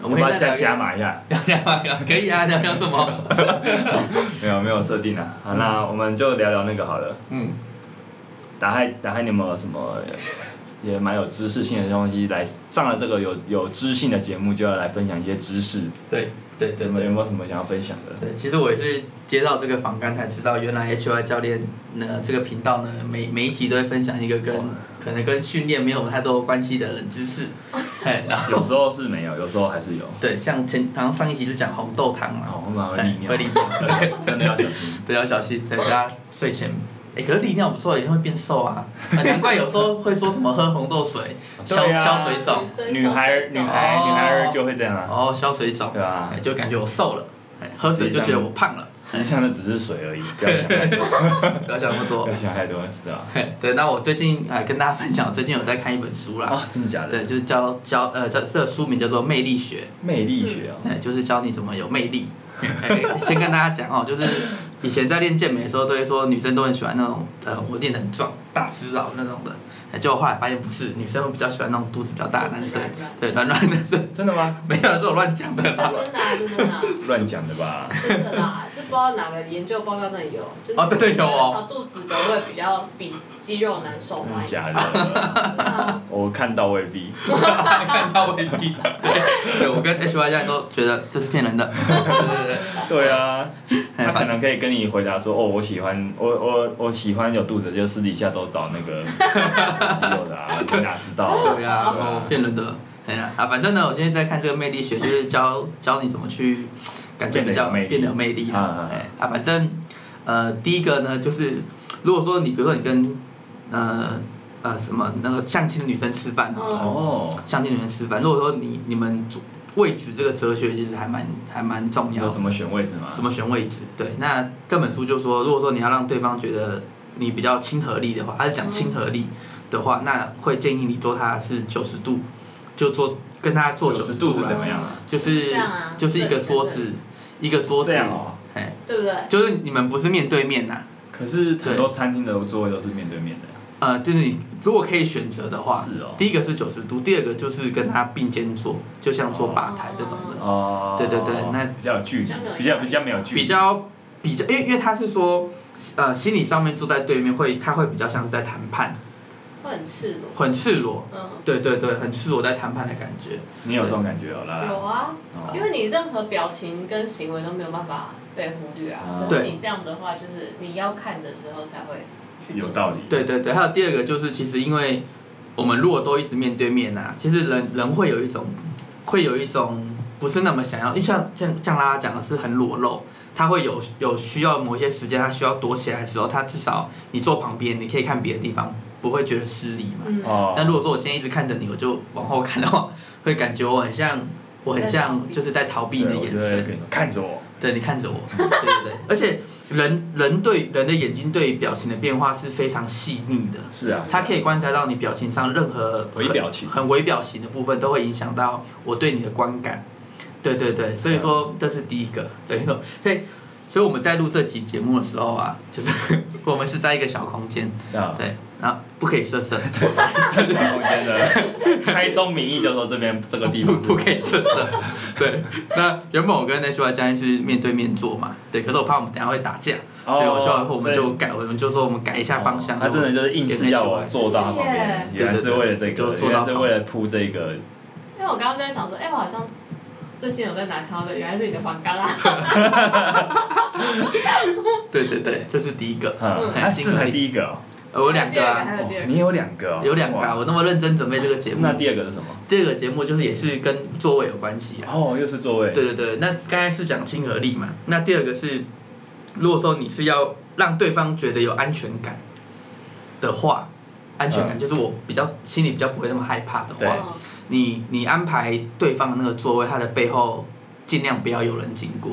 A: 我们
B: 要不
A: 可
B: 要
A: 以
B: 再
A: 再
B: 加
A: 聊
B: 码一下？
A: 聊加码，可以啊，聊聊什么？
B: 没有没有设定啊，好，那我们就聊聊那个好了。
A: 嗯，
B: 打开打开，你有没有什么也蛮有知识性的东西来上了这个有有知性的节目，就要来分享一些知识。
A: 对对对
B: 有没有
A: 对
B: 有没有什么想要分享的？
A: 对，其实我也是接到这个访谈才知道，原来 HY 教练呢这个频道呢，每每一集都会分享一个跟可能跟训练没有太多关系的冷知 识，嘿，然后
B: 有时候是没有，有时候还是有。
A: 对，像前好像上一集就讲红豆汤嘛，
B: 好，我们会利
A: 会
B: 尿，
A: 利
B: 真的要小心。
A: 对，要小心，对，大家睡前。哎、可是利尿不错，也会变瘦 啊！啊难怪有时候会说什么喝红豆水消
B: 对啊
A: 消水肿，
B: 女孩，哦女孩，女孩就会这样啊，
A: 哦，消水肿，
B: 对吧
A: 哎？就感觉我瘦了，哎喝水就觉得我胖了，哎
B: 实际上那只是水而已，不要想太多，
A: 不要想那么
B: 不
A: 多
B: 要。想太多，是吧？
A: 嘿 对，那我最近哎跟大家分享，最近有在看一本书啦，
B: 啊，真的假的？
A: 对，就是教教呃教这个书名叫做《魅力学》，
B: 魅力学啊，
A: 哎，就是教你怎么有魅力。哎先跟大家讲哦，就是以前在练健美的时候，都会说女生都很喜欢那种呃，我练得很壮、大只佬那种的。哎，结果后来发现不是，女生会比较喜欢那种肚子比较大的男生
C: 肚子软软，
A: 对，软软的男生。
B: 真的吗？
A: 没有这种乱讲的啦。
C: 真的啊，真的啊。
B: 乱讲的吧？
C: 真的啦，这不知道哪个研究报告真的有，就是
A: 哦真的有哦
C: 小肚子的会比较比肌肉难受
B: 真
C: 嘛
A: 嗯
B: 的。假的？
C: 真的啊
B: 我看到未必。
A: 看到未必。对，对我跟 H Y 教练都觉得这是骗人的。 对对对
B: 对啊，
A: 哎
B: 他可
A: 反
B: 能可以跟你回答说，哦，我喜欢，我我我喜欢有肚子，就私底下都找那个 肌肉的啊，你哪知道、啊？
A: 对呀、哦，骗人的。哎呀啊，反正呢，我现在在看这个魅力学，就是教 教你怎么去感觉比较
B: 变得有魅力
A: 变得有魅力
B: 啊
A: 啊
B: 啊。
A: 哎啊，反正呃，第一个呢，就是如果说你比如说你跟呃呃什么那个相亲的女生吃饭好了，
C: 嗯
B: 哦，
A: 相亲的女生吃饭，如果说你你们主位置这个哲学其实还蛮还蛮重
B: 你
A: 要
B: 要
A: 的
B: 怎。么选位置吗？
A: 怎么选位置？对，那这本书就说，如果说你要让对方觉得你比较亲和力的话，它是讲亲和力的话，那会建议你做它是九十度，就做跟他做九
B: 90
A: 十
B: 度
A: 度
B: 是怎
A: 啦，
B: 么样啊？
A: 就是
C: 这样啊
A: 就是一个桌子，一个桌
B: 这
A: 子，
B: 样哦。
A: 哎，
C: 对不对？
A: 就是你们不是面对面呐、啊
B: 可是很多餐厅的座位都是面对面的呀。
A: 呃，就是你如果可以选择的话，
B: 是哦
A: 第一个是九十度，第二个就是跟他并肩坐，就像坐吧台这种的，
B: 哦。
A: 对对对那
B: 比较有距离
C: 真的，有
B: 比较比较没有距离。
A: 比较比较，因为因为他是说，呃，心理上面坐在对面会，他会比较像是在谈判，
C: 会很赤裸。
A: 很赤裸，
C: 嗯，
A: 对对对，很赤裸在谈判的感觉，
B: 你有这种感觉哦，啦
C: 有
B: 啦。
C: 啊，
B: 哦
C: 因为你任何表情跟行为都没有办法被忽略啊
A: 哦
B: 啊。
C: 可是你这样的话，就是你要看的时候才会去
B: 有
C: 做
B: 道理。
A: 对对对。还有第二个就是，其实因为我们如果都一直面对面啊，其实人人会有一种，会有一种不是那么想要，因为像像像拉拉讲的是很裸露。他会有有需要某些时间，他需要躲起来的时候，他至少你坐旁边，你可以看别的地方，不会觉得失礼嘛。
C: 嗯，
B: 哦。
A: 但如果说我今天一直看着你，我就往后看的话，会感觉我很像，我很
C: 在逃
A: 像
C: 避
A: 就是在逃避你的
B: 对我
A: 眼
B: 就会
A: 神
B: 跟。你说看着我。
A: 对你看着我，对对对，而且人人对人的眼睛对表情的变化是非常细腻的，
B: 是啊。
A: 它可以观察到你表情上任何很
B: 微表情
A: 很微表情的部分都会影响到我对你的观感。对对对，所以
B: 啊
A: 说这是第一个，所以说所以所以我们在录这集节目的时候啊，就是 我们是在一个小空间，
B: 啊。
A: 对，然后不可以色色，
B: 这种空间的 开宗明义就说这边这个 地
A: 不
B: 方
A: 不可以色色，对。那原本我跟那徐怀佳音是面对面坐嘛，对，可是我怕我们等一下会打架。所以我就我们就改，我们就说我们改一下方向。
B: 哦他真的就是硬是要我坐到他旁边，
A: 对
B: 原来是为了这
A: 对对对
B: 个，
A: 就坐
B: 原
A: 到
B: 来
A: 旁
B: 是为了铺这个，
C: 因为我刚刚在想说，哎、我好像最近有在哪看到的，原来是你的黄冈啊。
A: 对对对，这是第一个。
B: 嗯，
A: 嗯
B: 啊这才第一个哦，
A: 呃我有两个
C: 还
A: 啊，
C: 有第
B: 哇
C: 二个，
B: 你有两个哦，
A: 有两个啊，
B: 哇，
A: 我那么认真准备这个节目
B: 那。第二个是什么？
A: 第二个节目就是也是跟座位有关系啊。
B: 哦，又是座位，
A: 对对对，那刚才是讲亲和力嘛，那第二个是，如果说你是要让对方觉得有安全感的话，安全感就是我比较心里比较不会那么害怕的
B: 嗯对
A: 话，
C: 嗯
A: 你你安排对方的那个座位，他的背后尽量不要有人经过，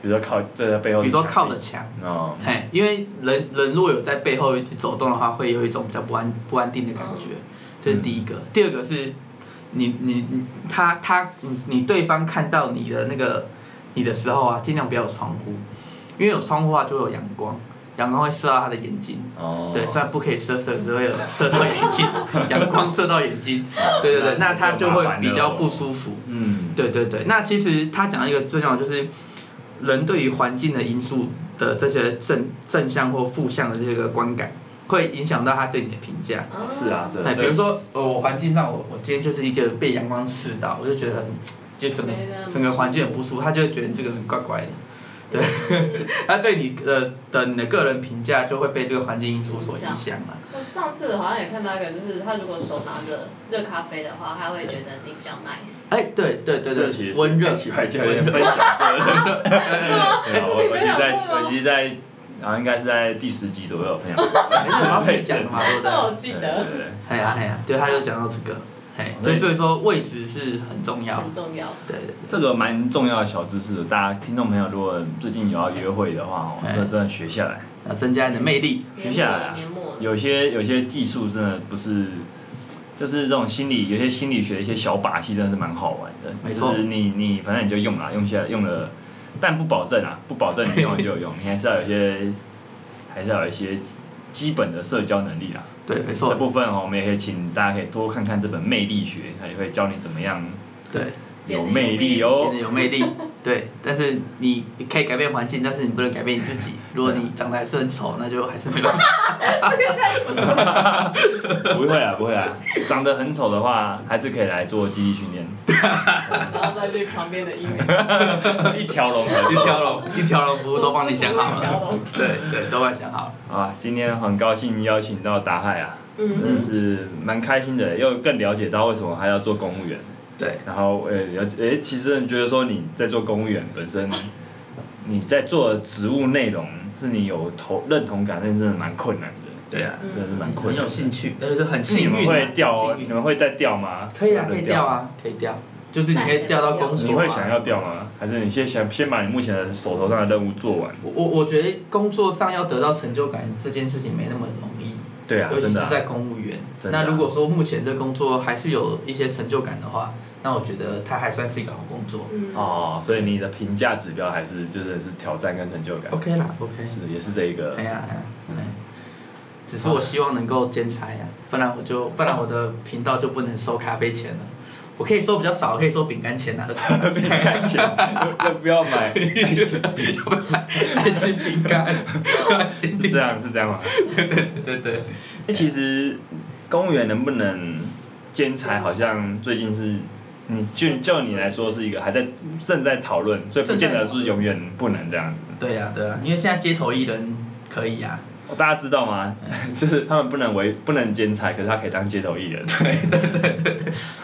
B: 比如说靠这个背后，
A: 比如说靠着，墙。
B: 哦，
A: 嘿，因为人人若有在背后一直走动的话，会有一种比较不安不安定的感觉，这是第一个。第二个是，你你你他他你你对方看到你的那个你的时候啊，尽量不要有窗户，因为有窗户的话就会有阳光，阳光会射到他的眼睛。
B: 哦，
A: 对，虽然不可以射射，只会有射到眼睛， 阳光射到眼睛。对对哦对，那他就会比较不舒服。
B: 嗯，
A: 对对对，那其实他讲到一个最重要的就是，人对于环境的因素的这些正正向或负向的这个观感，会影响到他对你的评价。
C: 嗯
B: 是啊，这
A: 哎，
B: 这
A: 比如说，呃，我环境上我我今天就是一个被阳光刺到，我就觉得很，就整个
C: 没那么
A: 整个环境很不舒服，他就会觉得你这个人怪 怪的，对
C: 嗯
A: 他对你呃的你的个人评价就会被这个环境因素所影响了。
C: 我上次好像也看到一个，就是他如果手拿着热咖啡的话，他会觉得你比较 nice。
A: 哎，对对对
B: 这其
A: 对，
B: 实
A: 温热，
B: 喜欢就有 点分享了。对啊，我我其实在我其实在，然后应该是在第十集左右有分享过，
A: 然后是讲的嘛，对不对？
C: 那我记得
B: 对对对
A: 哎呀哎呀，对，他就讲到这个，哎，
B: 所以
A: 对，所以说位置是很重要
C: 很，重要。
A: 对对
B: 这个蛮重要的小知识，大家听众朋友如果最近有要约会的话，哦，
A: 哎
B: 这真的学下来。
A: 对，要增加你的魅力，
B: 学下来啊
C: 年末了，
B: 有些有些技术真的不是，就是这种心理，有些心理学的一些小把戏，真的是蛮好玩的。
A: 没错
B: 就是你你反正你就用啦，用下用了，但不保证啊，不保证你用了就有用，你还是要有一些，还是要有一些基本的社交能力啊。
A: 对，没
B: 这
A: 错，
B: 部分哦，我们也可以请大家可以多看看这本《魅力学》，它也会教你怎么样
A: 对，
B: 有魅力哦
A: 变。得有魅力，对，但是你你可以改变环境，但是你不能改变你自己。如果你长得还是很丑，那就还是没办法。
B: 不会啊，不会啊，长得很丑的话，还是可以来做记忆训练，
C: 然后再去旁边的医美，
B: 一条龙 合
A: 一
B: 作。
A: 条龙，一条龙服务都帮你想好
C: 一条
A: 了
C: 龙，
A: 对对，都帮你想好了。
B: 好啊，今天很高兴邀请到达海啊，真
C: 嗯，
B: 的是蛮开心的，又更了解到为什么他要做公务员。
A: 对，
B: 然后呃，了解，诶，其实你觉得说你在做公务员本身，你在做的职务内容是你有投认同感，那真的蛮困难的，
A: 对啊，
C: 嗯
B: 真的是蛮困
A: 很
B: 难
A: 有
B: 的。
A: 兴趣，呃，就很
B: 你
A: 幸
B: 们
A: 运啊，
B: 会掉，哦
A: 很
B: 你
A: 幸运
B: 们会再掉吗？
A: 啊可以啊，可以掉。啊，可以掉。就是你可以调到攻
B: 你
A: 锁
B: 会想
A: 啊。
B: 要掉吗？还是你先想先把你目前的手头上的任务做完？
A: 我我我觉得工作上要得到成就感这件事情没那么容易，
B: 对啊，
A: 尤其
B: 真
A: 是
B: 的啊、
A: 在公务员。
B: 真的啊
A: 那如果说目前这工作还是有一些成就感的话，那我觉得它还算是一个好工作。
C: 嗯，
B: 哦，所以你的评价指标还是就是是挑战跟成就感。
A: OK 啦，OK。
B: 是也是这一个
A: 哎。呀哎呀，哎只是我希望能够兼差呀、不然我就不然我的频道就不能收咖啡钱了。我可以收比较少，可以收饼干钱啊，
B: 饼干钱要不要 买？
A: 爱心饼干，爱心
B: 是
A: 饼
B: 这
A: 干，
B: 样是这样吗？
A: 对对对，
B: 哎，其实公务员能不能兼差，好像最近是，你就就你来说是一个还在正在讨论，所以不见得是永远不能这样子。
A: 对呀、对呀、啊因为现在街头艺人可以啊呀、
B: 大家知道吗？ 就是他们不能为不能兼差，可是他可以当街头艺人，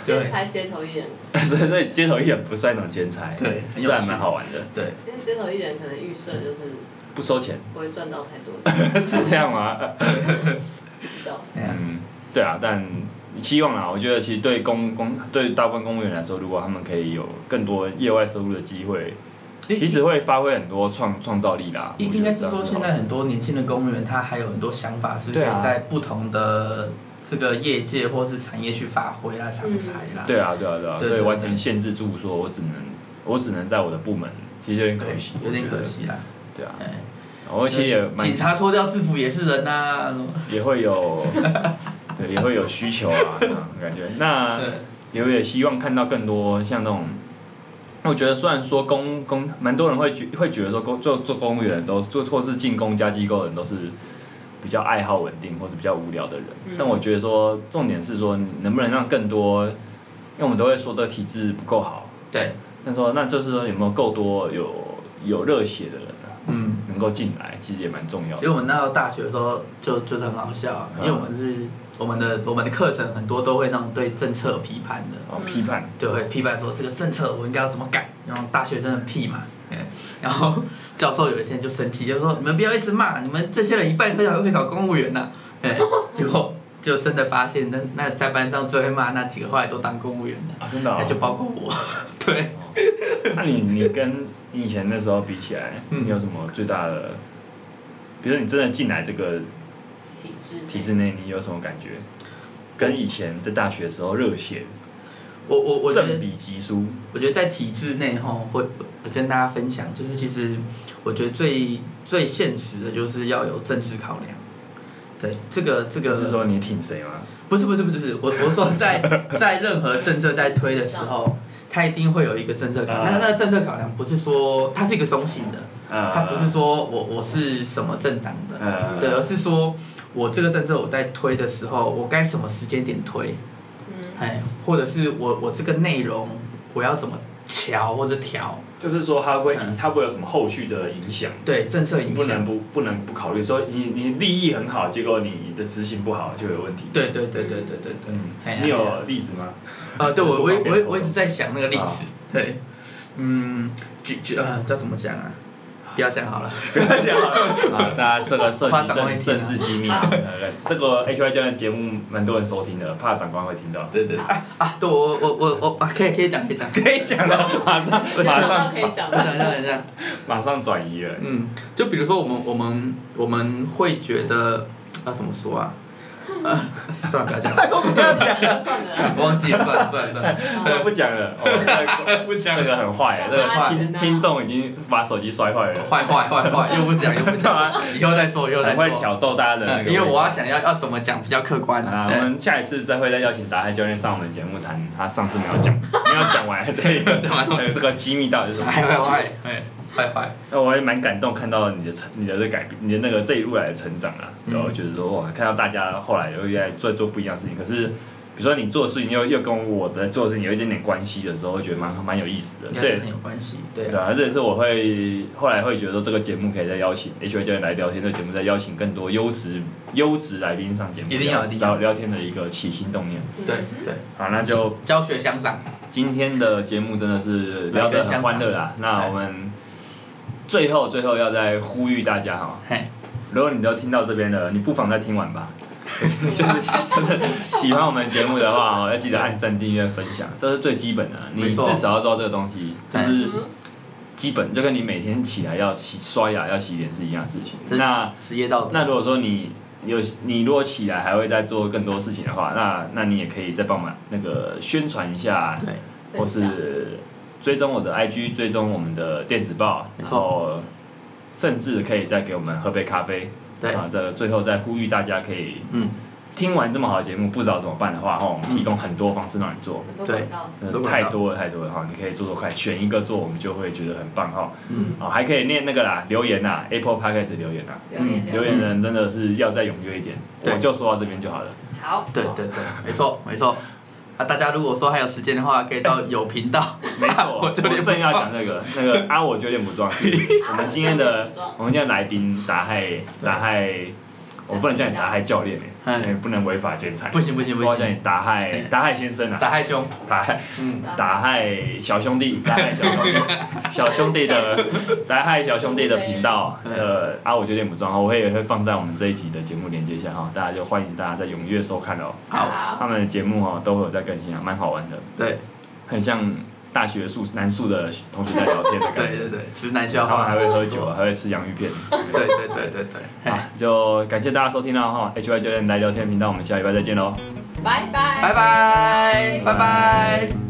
C: 兼差街头艺人，
B: 所以街头艺人不算那种兼差，
A: 对很有趣
B: 这还蛮好玩的，
A: 对，
C: 因为街头艺人可能预设就是
B: 不收钱，
C: 不会赚到太多 钱，
B: 是这样 吗？
C: 不知道。
A: 哎呀、
B: 嗯，对啊，但希望啊，我觉得其实对公公对大部分公务员来说，如果他们可以有更多业外收入的机会，其实会发挥很多创创造力啦。
A: 应
B: 我觉得
A: 应该是
B: 这样
A: 说，
B: 好
A: 现在很多年轻的公务员，他还有很多想法是可
B: 对啊
A: 以在不同的这个业界或是产业去发挥啦、长才啦。
B: 对啊，对啊，对啊，
A: 对
B: 所以
A: 对
B: 完全限制住，说我只能我只能在我的部门，其实有点可惜，
A: 有点
B: 我觉得
A: 可。惜啦。
B: 对啊，
A: 哎，
B: 我其实也蛮
A: 警察脱掉制服也是人呐、
B: 也 会有，对，也会有需求啊，那种感觉。那
A: 对
B: 也也希望看到更多像那种，我觉得虽然说公公蛮多人会觉会觉得说公做做公务员都做或是进公家机构的人都是比较爱好稳定或是比较无聊的人，
C: 嗯
B: 但我觉得说重点是说你能不能让更多，因为我们都会说这个体制不够好，
A: 对，
B: 但说那就是说有没有够多有有热血的人啊
A: 嗯。
B: 能够进来，其实也蛮重要
A: 其
B: 的
A: 实。我们到大学的时候就觉得很好笑，
B: 嗯
A: 因为我们是我们的我们的课程很多都会那种对政策有批判的，
B: 哦，批判，
A: 就会批判说这个政策我应该要怎么改，然后大学生很屁嘛，嗯然后教授有一些人就生气，就说你们不要一直骂，你们这些人一半会考会考公务员呐、 哎，结果就真的发现那那在班上最会骂那几个后来都当公务员的，
B: 啊，真的、哦
A: 哎，就包括我， 对。
B: 那你你跟你以前那时候比起来，
A: 嗯
B: 你有什么最大的？比如说你真的进来这个
C: 体制
B: 体制内，你有什么感觉？跟以前在大学的时候热血
A: 我我我觉得
B: 正比级书，
A: 我觉得在体制内吼，会我跟大家分享，就是其实我觉得最最现实的就是要有政治考量。对，这个这个
B: 就是说你挺谁吗？
A: 不是不是不是不是，我我说在在任何政策在推的时候，它一定会有一个政策考量。
B: 啊
A: 那那个政策考量不是说它是一个中性的，
B: 呃，
A: 它不是说我我是什么政党的，
B: 呃，
A: 对，啊而是说我这个政策我在推的时候，我该什么时间点推，
C: 嗯，
A: 哎，或者是我我这个内容我要怎么调或者调，
B: 就是说它会
A: 嗯
B: 它会有什么后续的影响？
A: 对政策
B: 你
A: 影
B: 不
A: 响
B: 能。不不能不考虑说你你利益很好，结果你的执行不好就有问题。
A: 对对对对对对对
B: 嗯，
A: 哎呀
B: 你有例子吗？
A: 啊，对我我
B: 不方便
A: 我
B: 透露
A: 我一直在想那个例子
B: 啊，
A: 对，嗯，举举呃，要怎么讲啊？不要讲好了，
B: 不要讲了啊！大家这个涉
A: 怕
B: 及
A: 长官会听
B: 政
A: 啊
B: 政治机密啊，呃 这个 H Y 教练节目蛮多人收听的，怕长官会听到。
A: 对对啊啊，对我我我我啊，可以可以讲可以讲，可以
B: 讲了，马上
C: 没
B: 马
C: 想到
B: 上
C: 可以
B: 转
A: 讲
C: 讲到
A: 讲讲 讲，
B: 马上转移了。
A: 嗯，就比如说我们我们我们会觉得啊怎么说啊？呃，算了， 不要讲了，
B: 不要讲了，
C: 算 了，
A: 我忘记了，算了算了算了，
C: 啊
B: 不讲了，哦这个
A: 不
B: 这个很坏，啊这个听听众已经把手机摔坏 了，
A: 坏坏坏坏，又不讲又不讲，以后再说以后再
B: 很会
A: 说，
B: 挑逗大家的那
A: 嗯
B: 个。
A: 因为我要想要要怎么讲比较客观
B: 啊，我
A: 对
B: 们下一次再会再邀请达海教练上我们节目谈他上次没有讲，没有讲 完这个
A: 讲完东西
B: 这个机密到底是什么
A: 坏。坏坏，哎，坏坏，
B: 那我也蛮感动，看到你的成、你的这改变、你的那个这一路来的成长啊，
A: 嗯
B: 然后就是说哇，看到大家后来又在做做不一样的事情，可是比如说你做的事情又又跟我的做的事情有一点点关系的时候，我觉得蛮蛮有意思的
A: 应。该
B: 这
A: 是
B: 也
A: 很有关系，对
B: 对
A: 啊，
B: 啊，这也是我会后来会觉得说这个节目可以再邀请 H Y 教练来聊天，这个节目再邀请更多优质优质来宾上节目，
A: 一定要一定要
B: 聊聊天的一个起心动念。
C: 嗯
A: 对对，
B: 好，那就
A: 教学相长，
B: 今天的节目真的是聊得很欢乐啦。那我们最后最后要再呼吁大家哈，
A: 嘿，
B: 如果你都听到这边了，你不妨再听完吧。就是就是喜欢我们节目的话哦，要记得按赞、订阅、分享，这是最基本的。你
A: 没
B: 至
A: 错哎
B: 少要知道这个东西，就是
C: 嗯
B: 基本，就跟你每天起来要洗刷牙、要洗脸是一样的事情。
A: 这是
B: 那
A: 职业道德。
B: 那如果说你有你如果起来还会再做更多事情的话，那那你也可以再帮忙那个宣传一下，
A: 对，
B: 或是追踪我的 IG，追踪我们的电子报，
A: 没
B: 然
A: 错
B: 后甚至可以再给我们喝杯咖啡。
A: 对
B: 啊，这最后再呼吁大家可以
A: 嗯，
B: 听完这么好的节目，不知道怎么办的话，哈，我们提供很多方式让你做，
C: 很多管道，
B: 呃
A: 都管道
B: 太多了太多了哈，你可以做做看，选一个做，我们就会觉得很棒哈。
A: 嗯，
B: 啊，还可以念那个啦，留言啦，Apple Podcast 留言啦，啊
C: 嗯留言
B: 嗯留言的人真的是要再踊跃一点，
A: 对
B: 我就说到这边就好了。
C: 好，
A: 对对对，没错没错。啊，大家如果说还有时间的话，可以到有频道。
B: 没错，
A: 我
B: 我
A: 就连不
B: 正要
A: 撞
B: 讲那个那个啊，我九点 不撞是我们今天
C: 啊我九点
B: 的
C: 不撞
B: 我们今天的来宾达亥达亥，我不能叫你达亥教练哎、
A: 嗯
B: 哎不能违法剪裁，
A: 不行不行不
B: 我要叫你
A: 行，
B: 达亥
A: 哎
B: 达亥先生啊，
A: 打害凶。
B: 达亥
A: 嗯，
B: 打嗨小兄弟，打嗨小兄 弟，小兄弟的打嗨小兄弟的频道，
A: 对
B: 呃，啊，我九点不装，我会也会放在我们这一集的节目连接下哈，大家就欢迎大家在踊跃收看哦。
A: 好，
C: 好，
B: 他们的节目哦都会有在更新啊，蛮好玩的，
A: 对
B: 很像大学宿男宿的同学在聊天的感
A: 对
B: 觉。
A: 对对，直男
B: 他
A: 笑
B: 们
A: 话
B: 还。会喝酒，啊还会吃洋芋片。
A: 对对对对对，嘿
B: 好，就感谢大家收听了哈，HY 教练来聊天频道，我们下礼拜再见喽。
C: 拜拜，
A: 拜拜拜拜。